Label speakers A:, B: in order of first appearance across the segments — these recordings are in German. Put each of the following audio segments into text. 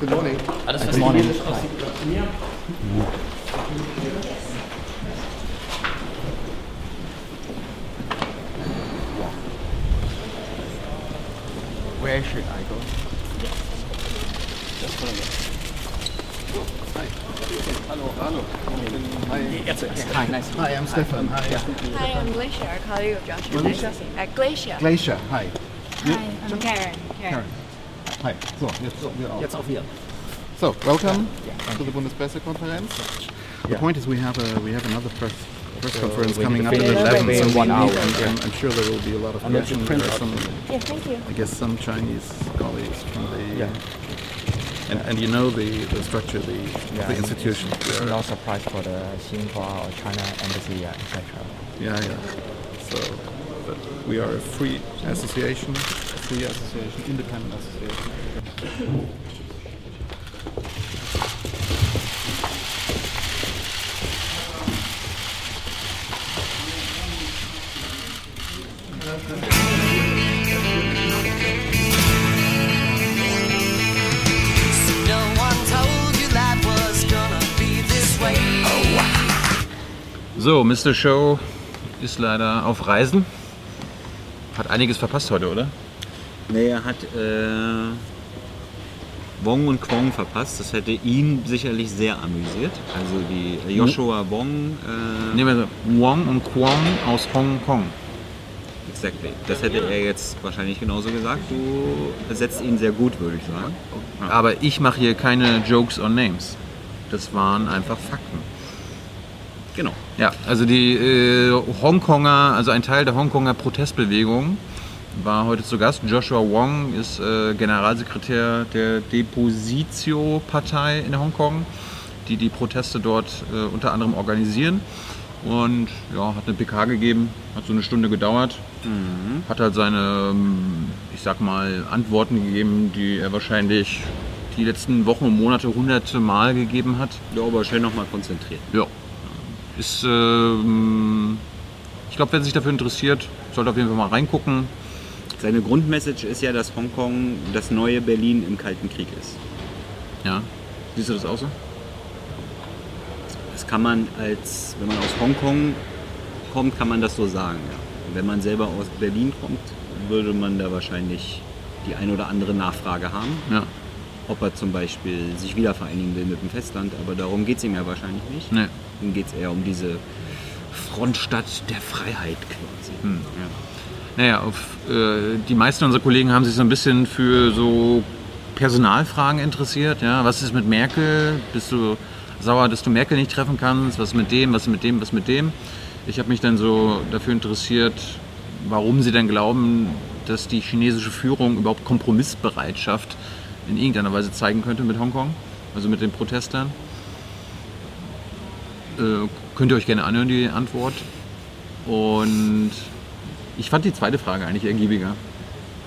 A: Good morning.
B: Alles was morning.
A: Where should I go?
B: Hi, nice.
A: Hi, I'm Stefan. Hi.
C: Hi, I'm Glacier. I call you Josh.
A: Alicia?
C: Uh, Glacier.
A: Glacier. Hi.
C: Hi, I'm Karen.
A: Karen. Hi. So, jetzt so, wir auch.
B: Jetzt auch wir.
A: So, welcome to the Bundespressekonferenz. The point is, we have a we have another press press conference
B: we
A: coming
B: need to
A: up at
B: finish
A: 11
B: in
A: so
B: one
A: we
B: hour.
A: need- I'm, I'm sure there will be a lot of
B: And that's
A: questions.
B: a print
A: There are
B: out.
A: some,
C: Yeah, thank you.
A: I guess some Chinese colleagues from the
B: Yeah.
A: and, and you know the, the structure, the,
B: Yeah,
A: the
B: and
A: institution.
B: It's no surprise for the Xinhua or China embassy, uh, etc.
A: Yeah, yeah. So, but we are a free association, free association, independent association.
D: So no one told you life was gonna be this way.
E: So, Mr. Show ist leider auf Reisen. Hat einiges verpasst heute, oder?
F: Nee, er hat äh, Wong und Kwong verpasst. Das hätte ihn sicherlich sehr amüsiert. Also die äh, Joshua Wong. Äh,
E: Nehmen wir Wong und Kwong aus Hongkong.
F: Exactly. Das hätte er jetzt wahrscheinlich genauso gesagt. Du ersetzt ihn sehr gut, würde ich sagen.
E: Aber ich mache hier keine Jokes on Names. Das waren einfach Fakten.
F: Genau.
E: Ja, also die äh, Hongkonger, also ein Teil der Hongkonger Protestbewegung war heute zu Gast. Joshua Wong ist äh, Generalsekretär der Depositio-Partei in Hongkong, die die Proteste dort äh, unter anderem organisieren. Und ja, hat eine PK gegeben, hat so eine Stunde gedauert, hat halt seine, ähm, ich sag mal, Antworten gegeben, die er wahrscheinlich die letzten Wochen und Monate hunderte Mal gegeben hat.
F: Ja, aber schön nochmal konzentriert.
E: Ja. Ist, ähm, ich glaube, wer sich dafür interessiert, sollte auf jeden Fall mal reingucken.
F: Seine Grundmessage ist ja, dass Hongkong das neue Berlin im Kalten Krieg ist.
E: Ja. Siehst du das auch so?
F: Das kann man als, wenn man aus Hongkong kommt, kann man das so sagen. Ja. Wenn man selber aus Berlin kommt, würde man da wahrscheinlich die ein oder andere Nachfrage haben,
E: Ja.
F: ob er zum Beispiel sich wieder vereinigen will mit dem Festland. Aber darum geht es ihm ja wahrscheinlich nicht.
E: Nee.
F: Ihm geht es eher um diese Frontstadt der Freiheit quasi.
E: Hm.
F: Ja.
E: Naja, auf, äh, die meisten unserer Kollegen haben sich so ein bisschen für so Personalfragen interessiert. Ja? Was ist mit Merkel? Bist du sauer, dass du Merkel nicht treffen kannst? Was ist mit dem? Was ist mit dem? Was ist mit dem? Ich habe mich dann so dafür interessiert, warum sie denn glauben, dass die chinesische Führung überhaupt Kompromissbereitschaft in irgendeiner Weise zeigen könnte mit Hongkong, also mit den Protestern. Äh, könnt ihr euch gerne anhören, die Antwort. Und ich fand die zweite Frage eigentlich ergiebiger.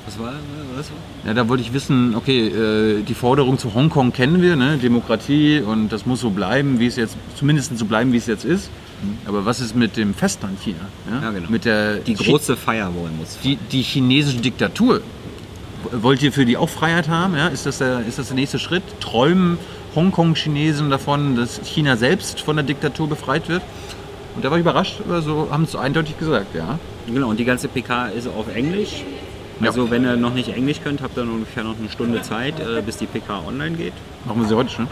F: Was war äh, was war?
E: Ja, da wollte ich wissen, okay, äh, die Forderung zu Hongkong kennen wir, ne? Demokratie und das muss so bleiben, wie es jetzt, zumindest so bleiben, wie es jetzt ist. Aber was ist mit dem Festland China?
F: Mhm. Ja, genau.
E: Mit der
F: Die
E: Chi-
F: große Firewall muss.
E: die, die chinesische Diktatur. Wollt ihr für die auch Freiheit haben? Ja? Ist, das der, ist das der nächste Schritt? Träumen Hongkong-Chinesen davon, dass China selbst von der Diktatur befreit wird? Und da war ich überrascht, aber so haben es eindeutig gesagt, ja.
F: Genau, und die ganze PK ist auf Englisch.
E: Ja.
F: Also wenn ihr noch nicht Englisch könnt, habt ihr ungefähr noch eine Stunde Zeit, äh, bis die PK online geht.
E: Machen wir sie heute schon.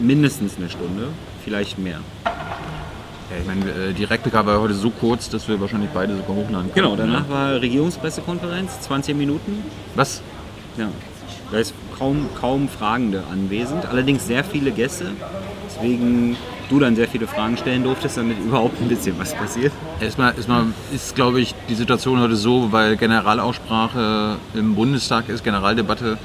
F: mindestens eine Stunde, vielleicht mehr.
E: Ich meine, äh, die RecPK war heute so kurz, dass wir wahrscheinlich beide sogar hochladen ne?
F: Genau,
E: können.
F: danach war Regierungspressekonferenz, 20 Minuten.
E: Was?
F: Ja. Da ist kaum, kaum Fragende anwesend, allerdings sehr viele Gäste, deswegen du dann sehr viele Fragen stellen durftest, damit überhaupt ein bisschen was passiert.
E: Erstmal, erstmal ist, glaube ich, die Situation heute so, weil Generalaussprache im Bundestag ist, Generaldebatte,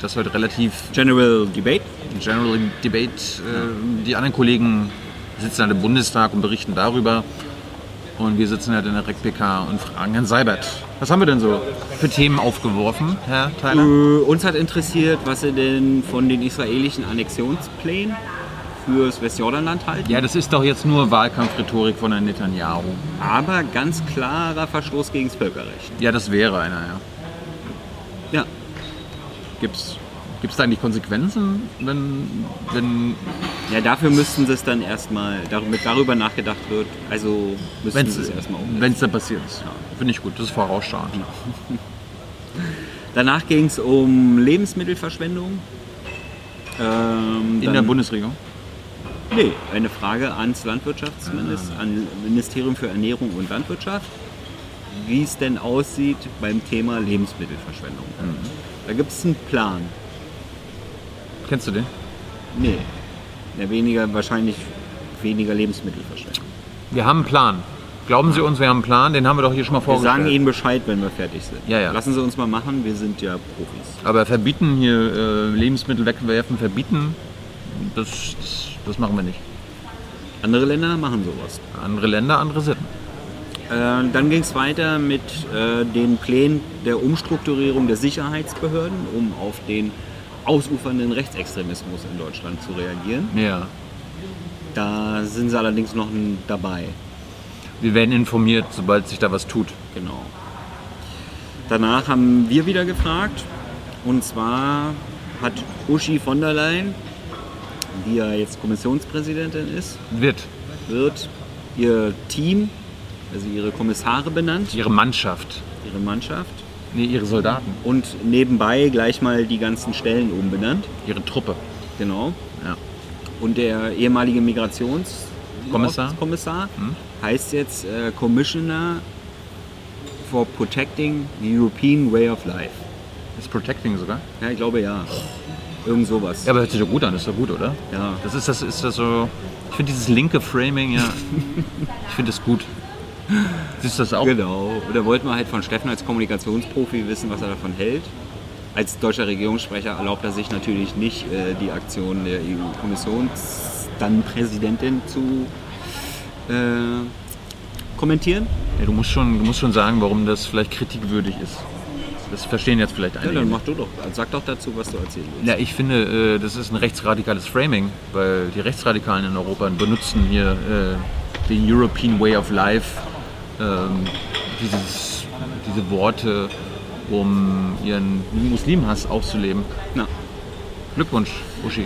E: dass heute relativ
F: General Debate.
E: General Debate. Äh, die anderen Kollegen sitzen halt im Bundestag und berichten darüber. Und wir sitzen halt in der RecPK und fragen Herrn Seibert. Was haben wir denn so für Themen aufgeworfen, Herr
F: Äh,
E: Theiler?
F: uns hat interessiert, was sie denn von den israelischen Annexionsplänen fürs Westjordanland halten.
E: Ja, das ist doch jetzt nur Wahlkampfrhetorik von Herrn Netanyahu.
F: Aber ganz klarer Verstoß gegen das Völkerrecht.
E: Ja, das wäre einer, ja.
F: Ja,
E: Gibt's. Gibt es da eigentlich Konsequenzen, wenn, wenn
F: Ja, dafür müssten sie es dann erstmal, damit darüber nachgedacht wird, also müssten
E: Wenn's-
F: sie es erstmal um. umsetzen.
E: wenn es da passiert ist? Genau. Finde ich gut, das ist vorausschauend.
F: Danach ging es um Lebensmittelverschwendung. Ähm,
E: In
F: dann-
E: der Bundesregierung?
F: Nee, eine Frage ans Landwirtschaftsministerium,
E: Ah.
F: an Ministerium für Ernährung und Landwirtschaft, wie es denn aussieht beim Thema Lebensmittelverschwendung.
E: Mhm.
F: Da gibt es einen Plan.
E: Kennst du den?
F: Nee, ja, weniger, wahrscheinlich weniger Lebensmittelverschwendung.
E: Wir haben einen Plan. Glauben Sie uns, wir haben einen Plan, den haben wir doch hier schon mal
F: Wir
E: vorgestellt.
F: sagen Ihnen Bescheid, wenn wir fertig sind.
E: Ja, ja.
F: Lassen Sie uns mal machen, wir sind ja Profis.
E: Aber verbieten hier äh, Lebensmittel wegwerfen, verbieten, das, das, das machen wir nicht.
F: Andere Länder machen sowas.
E: Andere Länder, andere Sitten.
F: Äh, dann ging es weiter mit äh, den Plänen der Umstrukturierung der Sicherheitsbehörden, um auf den ausufernden Rechtsextremismus in Deutschland zu reagieren.
E: Ja.
F: Da sind sie allerdings noch n- dabei.
E: Wir werden informiert, sobald sich da was tut.
F: Genau. Danach haben wir wieder gefragt. Und zwar hat Uschi von der Leyen, die ja jetzt Kommissionspräsidentin ist,
E: Wird
F: wird ihr Team, also ihre Kommissare benannt,
E: ihre Mannschaft,
F: ihre Mannschaft.
E: nee, ihre Soldaten,
F: Und nebenbei gleich mal die ganzen Stellen umbenannt.
E: ihre Truppe.
F: Genau.
E: Ja.
F: Und der ehemalige Migrations
E: Kommissar?
F: Kommissar
E: Hm.
F: heißt jetzt äh, Commissioner for Protecting the European Way of Life.
E: Ist Protecting sogar.
F: Ja, ich glaube ja. Irgend sowas.
E: Ja, aber hört sich doch gut an, ist doch gut, oder?
F: Ja.
E: Das ist das, ist das so. Ich finde dieses linke Framing, ja. ich finde es gut. Siehst du das auch?
F: Genau. Oder wollten wir halt von Steffen als Kommunikationsprofi wissen, was er davon hält. Als deutscher Regierungssprecher erlaubt er sich natürlich nicht, äh, die Aktion der EU-Kommissions dann Präsidentin zu äh, kommentieren.
E: Ja, du, musst schon, du musst schon sagen, warum das vielleicht kritikwürdig ist. Das verstehen jetzt vielleicht
F: Ja,
E: einige.
F: dann
E: nicht.
F: mach du doch. Sag doch dazu, was du erzählen willst.
E: Ja, ich finde, äh, das ist ein rechtsradikales Framing, weil die Rechtsradikalen in Europa benutzen hier äh, den European Way of Life, ähm, dieses, diese Worte, um ihren Muslimhass auszuleben.
F: Na.
E: Glückwunsch, Uschi.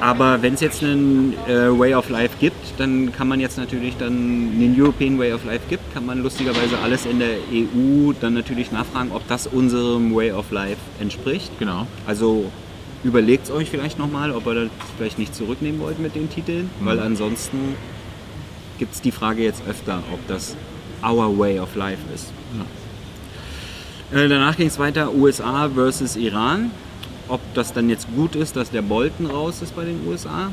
F: Aber wenn es jetzt einen äh, Way of Life gibt, dann kann man jetzt natürlich dann einen European Way of Life gibt, kann man lustigerweise alles in der EU dann natürlich nachfragen, ob das unserem Way of Life entspricht.
E: Genau.
F: Also überlegt euch vielleicht nochmal, ob ihr das vielleicht nicht zurücknehmen wollt mit den Titeln, weil ansonsten gibt es die Frage jetzt öfter, ob das Our Way of Life ist. Äh, danach ging es weiter USA versus Iran. Ob das dann jetzt gut ist, dass der Bolton raus ist bei den USA.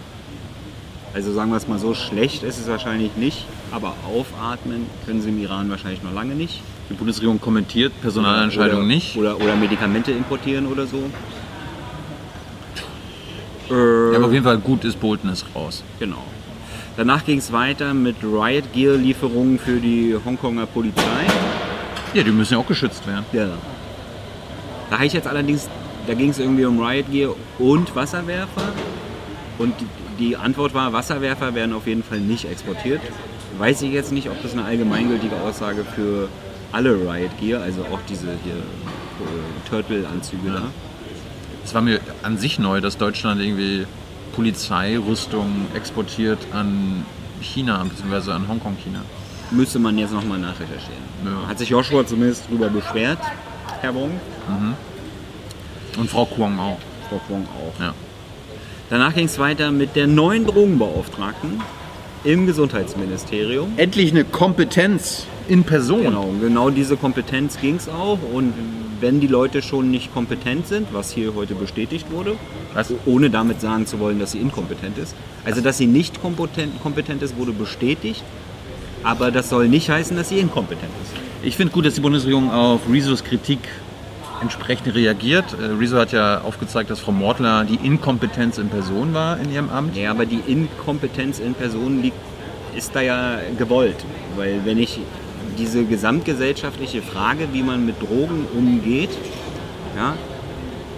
F: Also sagen wir es mal so, schlecht ist es wahrscheinlich nicht, aber aufatmen können sie im Iran wahrscheinlich noch lange nicht.
E: Die Bundesregierung kommentiert
F: oder,
E: Personalentscheidungen nicht.
F: Oder, oder Medikamente importieren oder so.
E: Ja,
F: Äh,
E: aber auf jeden Fall gut ist, Bolton ist raus.
F: genau. Danach ging es weiter mit Riot Gear Lieferungen für die Hongkonger Polizei.
E: Ja, die müssen ja auch geschützt werden.
F: Ja. Da habe ich jetzt allerdings, da ging es irgendwie um Riot Gear und Wasserwerfer. Und die, die Antwort war, Wasserwerfer werden auf jeden Fall nicht exportiert. Weiß ich jetzt nicht, ob das eine allgemeingültige Aussage für alle Riot Gear, also auch diese hier äh, Turtle-Anzüge da.
E: Es war mir an sich neu, dass Deutschland irgendwie Polizeirüstung exportiert an China, beziehungsweise an Hongkong, China.
F: Müsste man jetzt nochmal nachrecherchieren.
E: Ja.
F: Hat sich Joshua zumindest drüber beschwert, Herr Wong.
E: Und Frau Kuang auch.
F: Frau Wong auch.
E: Ja.
F: Danach ging es weiter mit der neuen Drogenbeauftragten im Gesundheitsministerium.
E: Endlich eine Kompetenz in Person.
F: Genau, um genau diese Kompetenz ging es auch. Und wenn die Leute schon nicht kompetent sind, was hier heute bestätigt wurde,
E: Was?
F: ohne damit sagen zu wollen, dass sie inkompetent ist, also dass sie nicht kompetent, kompetent ist, wurde bestätigt. Aber das soll nicht heißen, dass sie inkompetent ist.
E: Ich finde gut, dass die Bundesregierung auf Rizos Kritik entsprechend reagiert. Äh, Riso hat ja aufgezeigt, dass Frau Mortler die Inkompetenz in Person war in ihrem Amt.
F: Ja, aber die Inkompetenz in Person liegt, ist da ja gewollt. Weil wenn ich diese gesamtgesellschaftliche Frage, wie man mit Drogen umgeht, ja,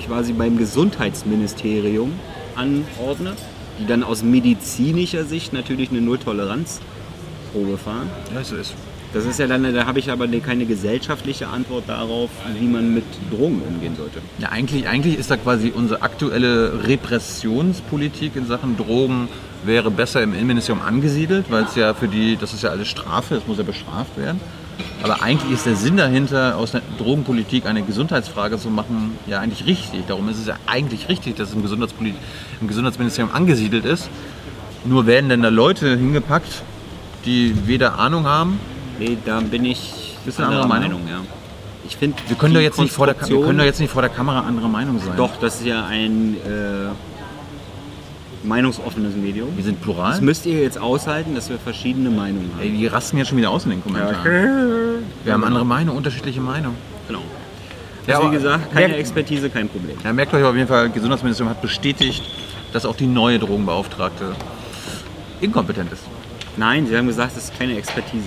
F: quasi beim Gesundheitsministerium anordne, die dann aus medizinischer Sicht natürlich eine Nulltoleranzprobe fahren,
E: Ja, so ist.
F: Das ist ja dann, da habe ich aber keine gesellschaftliche Antwort darauf, wie man mit Drogen umgehen sollte.
E: Ja, eigentlich, eigentlich ist da quasi unsere aktuelle Repressionspolitik in Sachen Drogen wäre besser im Innenministerium angesiedelt, weil es ja für die, das ist ja alles Strafe, es muss ja bestraft werden. Aber eigentlich ist der Sinn dahinter, aus der Drogenpolitik eine Gesundheitsfrage zu machen, ja eigentlich richtig. Darum ist es ja eigentlich richtig, dass es im, Gesundheitspoli- im Gesundheitsministerium angesiedelt ist. Nur werden denn da Leute hingepackt, die weder Ahnung haben.
F: Nee, da bin ich
E: Bist du anderer Meinung?
F: ja. Ich finde,
E: Wir können, doch jetzt nicht vor der, Ka- wir können doch jetzt nicht vor der Kamera anderer Meinung sein.
F: Doch, das ist ja ein äh, meinungsoffenes Medium.
E: Wir sind
F: Das
E: plural.
F: müsst ihr jetzt aushalten, dass wir verschiedene Meinungen haben.
E: Ey, die rasten jetzt schon wieder aus in den Kommentaren. Wir haben andere Meinung, unterschiedliche Meinung.
F: Genau.
E: Ja,
F: Also,
E: aber-
F: wie gesagt, keine
E: merkt-
F: Expertise, kein Problem.
E: Ja, merkt euch auf jeden Fall, Gesundheitsministerium hat bestätigt, dass auch die neue Drogenbeauftragte inkompetent ist.
F: Nein, sie haben gesagt, das ist keine Expertise.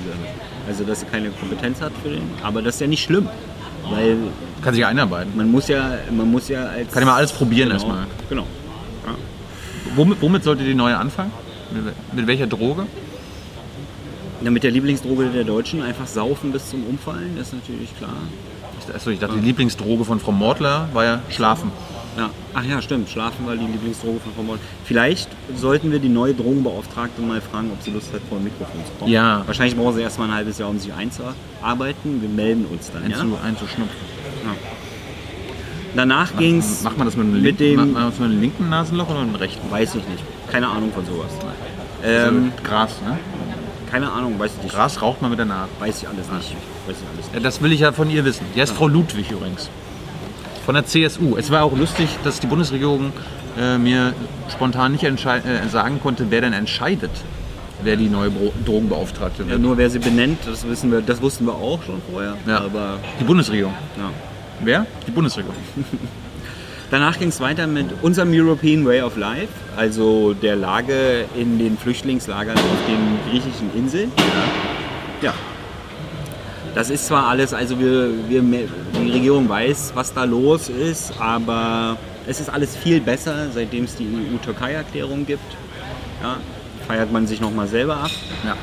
F: Also, dass sie keine Kompetenz hat für den. Aber das ist ja nicht schlimm. Weil
E: Kann sich einarbeiten.
F: man muss ja, man muss ja als.
E: Kann ja mal alles probieren
F: genau,
E: erstmal.
F: Genau.
E: Womit, womit sollte die neue anfangen? Mit, mit welcher Droge?
F: Na, mit der Lieblingsdroge der Deutschen einfach saufen bis zum Umfallen, das ist natürlich klar.
E: Ich- Achso, ich dachte, die Lieblingsdroge von Frau Mortler war ja Schlafen.
F: Ja. Ach ja, stimmt. Schlafen war die Lieblingsdroge von Frau Moll. Vielleicht sollten wir die neue Drogenbeauftragte mal fragen, ob sie Lust hat, vor ein Mikrofon zu kommen.
E: Ja.
F: Wahrscheinlich brauchen sie erstmal ein halbes Jahr, um sich einzuarbeiten. Wir melden uns dann. Ja?
E: Einzu, einzuschnupfen.
F: Danach ging es.
E: Macht man das mit, einem
F: Mit
E: linken,
F: dem-
E: macht man das mit einem linken Nasenloch oder mit einem rechten?
F: Weiß ich nicht. Keine Ahnung von sowas.
E: Also
F: Ähm,
E: mit Gras, ne?
F: keine Ahnung, weiß ich nicht.
E: Gras raucht man mit der Nase.
F: Weiß ich alles nicht. Weiß ich alles nicht.
E: Ja, Äh, das will ich ja von ihr wissen. Die heißt Frau Ludwig übrigens. Von der CSU. Es war auch lustig, dass die Bundesregierung äh, mir spontan nicht entschei- äh, sagen konnte, wer denn entscheidet, wer die neue Bro Drogenbeauftragte
F: Ja,
E: wird.
F: nur wer sie benennt, das wissen wir, das wussten wir auch schon vorher.
E: Ja.
F: Aber
E: Die Bundesregierung.
F: ja.
E: Wer? Die Bundesregierung.
F: Danach ging es weiter mit unserem European Way of Life, also der Lage in den Flüchtlingslagern auf den griechischen Inseln. Ja. Das ist zwar alles, also wir, wir, me- die Regierung weiß, was da los ist, aber es ist alles viel besser, seitdem es die EU-Türkei-Erklärung gibt. Ja, feiert man sich nochmal selber ab
E: Ja.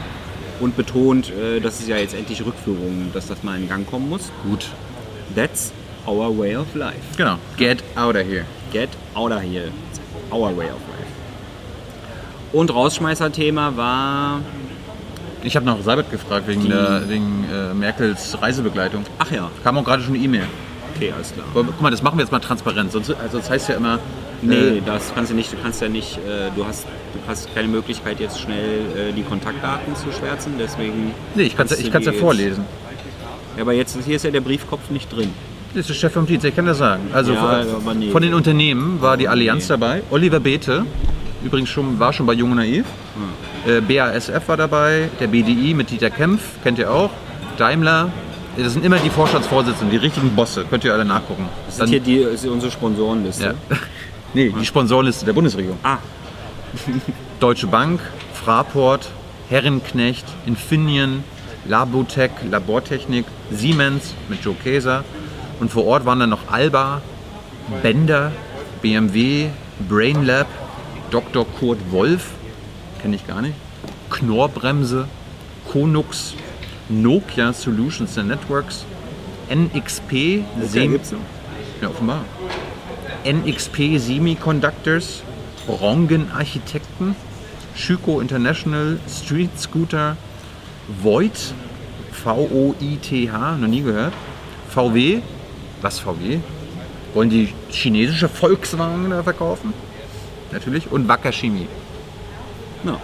F: und betont, äh, dass es ja jetzt endlich Rückführungen, dass das mal in Gang kommen muss.
E: Gut.
F: That's our way of life.
E: Genau. Get out of here.
F: Get out of here. It's our way of life. Und Rausschmeißer-Thema war.
E: Ich habe noch Seibert gefragt wegen,
F: Die-
E: der, wegen äh, Merkels Reisebegleitung.
F: Ach ja,
E: Kam auch gerade schon eine E-Mail.
F: okay, alles klar.
E: Aber Guck mal, das machen wir jetzt mal transparent. Sonst, also das heißt ja immer,
F: Nee,
E: äh,
F: das kannst du nicht. Du kannst ja nicht. äh, Du hast, du hast keine Möglichkeit, jetzt schnell äh, die Kontaktdaten zu schwärzen. Deswegen.
E: nee ich kann
F: kannst
E: es ja,
F: du
E: ich kann's ja
F: die
E: vorlesen.
F: Jetzt, ja, aber jetzt hier ist ja der Briefkopf nicht drin.
E: Das ist der Chef vom Dienst, ich kann das sagen. Also
F: Ja,
E: von,
F: aber nee.
E: von den Unternehmen war die Allianz
F: Nee.
E: dabei. Oliver Bethe, übrigens schon, war schon bei Jung und Naiv.
F: Hm.
E: Äh, BASF war dabei, der BDI mit Dieter Kempf, kennt ihr auch. Daimler, das sind immer die Vorstandsvorsitzenden, die richtigen Bosse, könnt ihr alle nachgucken.
F: Das
E: Dann-
F: sind hier die, ist unsere Sponsorenliste.
E: ja. nee, die Sponsorliste der Bundesregierung.
F: Ah.
E: Deutsche Bank, Fraport, Herrenknecht, Infineon, Labotec, Labortechnik, Siemens mit Joe Käser. Und vor Ort waren dann noch Alba, Bender, BMW, Brainlab, Dr. Kurt Wolf, kenne ich gar nicht, Knorrbremse, Konux, Nokia Solutions and Networks, NXP,
F: Da
E: Sem
F: gibt's noch.
E: ja, offenbar. NXP Semiconductors, Rongen Architekten, Schüco International, Street Scooter, Voigt, V-O-I-T-H, noch nie gehört. VW, was VW? Wollen die chinesische Volkswagen da verkaufen? Natürlich. Und Wacker Chemie.
F: Ja.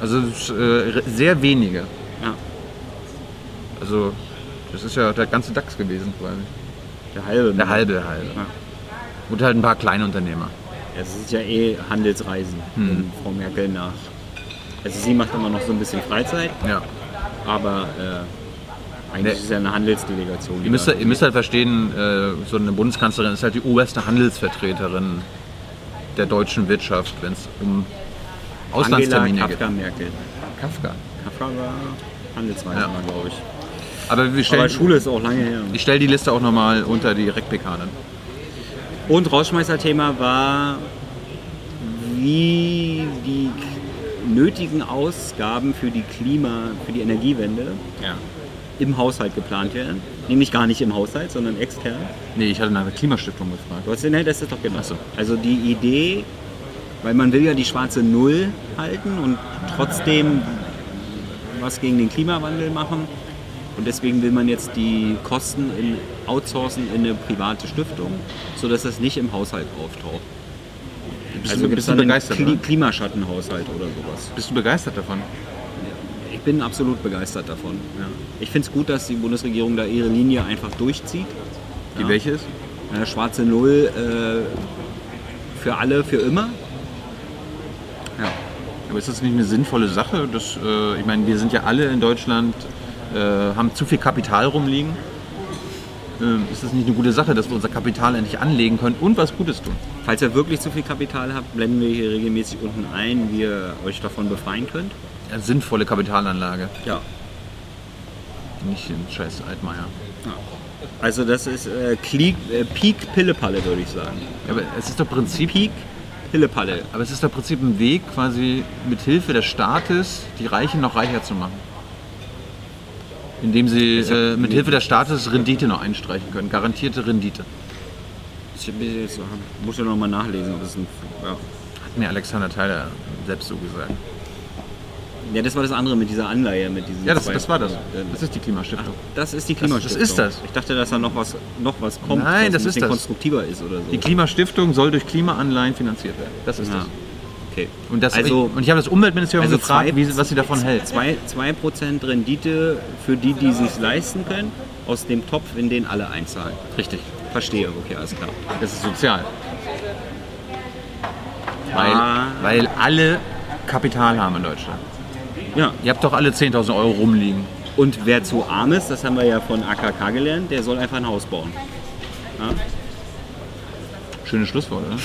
E: Also es ist, äh, sehr wenige.
F: Ja.
E: Also das ist ja der ganze DAX gewesen quasi.
F: Der halbe.
E: Der halbe, der halbe.
F: Ja.
E: Und halt ein paar Kleinunternehmer.
F: Es ist ja eh Handelsreisen,
E: Hm.
F: wenn Frau Merkel nach. Also sie macht immer noch so ein bisschen Freizeit,
E: Ja.
F: aber äh, eigentlich
E: Nee.
F: ist ja eine Handelsdelegation.
E: Ihr müsst, ihr müsst halt verstehen, äh, so eine Bundeskanzlerin ist halt die oberste Handelsvertreterin der deutschen Wirtschaft, wenn es um Auslandstermine
F: Angela Kafka Merkel.
E: geht. Kafka.
F: Kafka war Handelsreisen,
E: Ja.
F: war, glaube ich.
E: Aber wir
F: Aber
E: stellen,
F: Schule ist auch lange her.
E: ich stelle die Liste auch nochmal unter die RecPK dann.
F: Und Rausschmeißer-Thema war, wie die nötigen Ausgaben für die Klima, für die Energiewende
E: Ja.
F: im Haushalt geplant werden. Nämlich gar nicht im Haushalt, sondern extern.
E: Nee, ich hatte nach der Klimastiftung gefragt.
F: Du hast den, nee, das ist doch genau
E: Ach so.
F: Also die Idee, weil man will ja die schwarze Null halten und trotzdem was gegen den Klimawandel machen. Und deswegen will man jetzt die Kosten in, outsourcen in eine private Stiftung, sodass das nicht im Haushalt auftaucht.
E: Bist
F: Also gibt es dann einen
E: begeistert?
F: Kli
E: ne?
F: Klimaschattenhaushalt oder sowas.
E: Bist du begeistert davon?
F: Ich bin absolut begeistert davon. Ja. Ich finde es gut, dass die Bundesregierung da ihre Linie einfach durchzieht.
E: Die
F: Ja.
E: welche ist?
F: Ja, schwarze Null äh, für alle, für immer.
E: Ja. Aber ist das nicht eine sinnvolle Sache? Dass, äh, ich meine, wir sind ja alle in Deutschland, äh, haben zu viel Kapital rumliegen. Ähm, ist das nicht eine gute Sache, dass wir unser Kapital endlich anlegen können und was Gutes tun?
F: Falls ihr wirklich zu viel Kapital habt, blenden wir hier regelmäßig unten ein, wie ihr euch davon befreien könnt.
E: Eine sinnvolle Kapitalanlage,
F: Ja.
E: nicht den scheiß Altmaier.
F: Also das ist äh, Kli äh, Peak Pillepalle, würde ich sagen.
E: Ja, aber es ist doch Prinzip,
F: Peak Pillepalle.
E: aber es ist doch Prinzip ein Weg, quasi mit Hilfe des Staates die Reichen noch reicher zu machen. Indem sie äh, mit Hilfe des Staates Rendite noch einstreichen können, garantierte Rendite.
F: Ich jetzt- muss ja nochmal nachlesen. Ob es ein, ja.
E: Hat mir Alexander Theiler selbst so gesagt.
F: ja, das war das andere mit dieser Anleihe. Mit diesen
E: Ja, das,
F: zwei-
E: das war das.
F: Äh,
E: Das ist die
F: Ach,
E: Klimastiftung.
F: das ist die Klimastiftung.
E: Das- das ist das.
F: Ich dachte, dass da noch was, noch was kommt, was ein
E: Nein, das ist
F: bisschen
E: das.
F: konstruktiver ist oder so.
E: Die Klimastiftung soll durch Klimaanleihen finanziert werden. Das ist
F: ja.
E: das.
F: Okay.
E: Und, das
F: also,
E: und ich habe das Umweltministerium
F: also
E: gefragt,
F: zwei-
E: wie, sie- was sie davon hält.
F: 2%, 2 Rendite für die, die sich leisten können, aus dem Topf, in den alle einzahlen.
E: Richtig.
F: Verstehe, okay, alles klar.
E: Das ist sozial.
F: Ah.
E: Weil, weil alle Kapital haben in Deutschland.
F: Ja,
E: Ihr habt doch alle 10.000 Euro rumliegen.
F: und wer zu arm ist, das haben wir ja von AKK gelernt, der soll einfach ein Haus bauen.
E: Schönes Schlusswort, oder?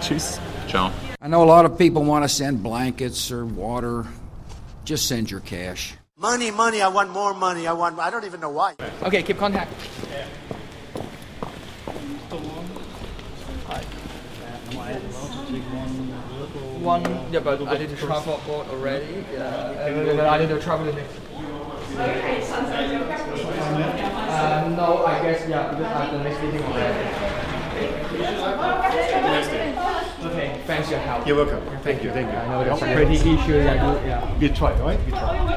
E: Tschüss. Ciao.
G: I know a lot of people want to send blankets or water. Just send your cash.
H: Money, money, I want more money. I want, I don't even know why.
I: Okay, keep contact. One, yeah, but I need to travel abroad already. Yeah, and I need to travel the next. Uh, no, I guess yeah, because I have the next meeting already. Okay, thanks for your help. You're welcome. Thank you, thank you. I know there's a pretty issue. Yeah, you, yeah.
J: We try, right? We try.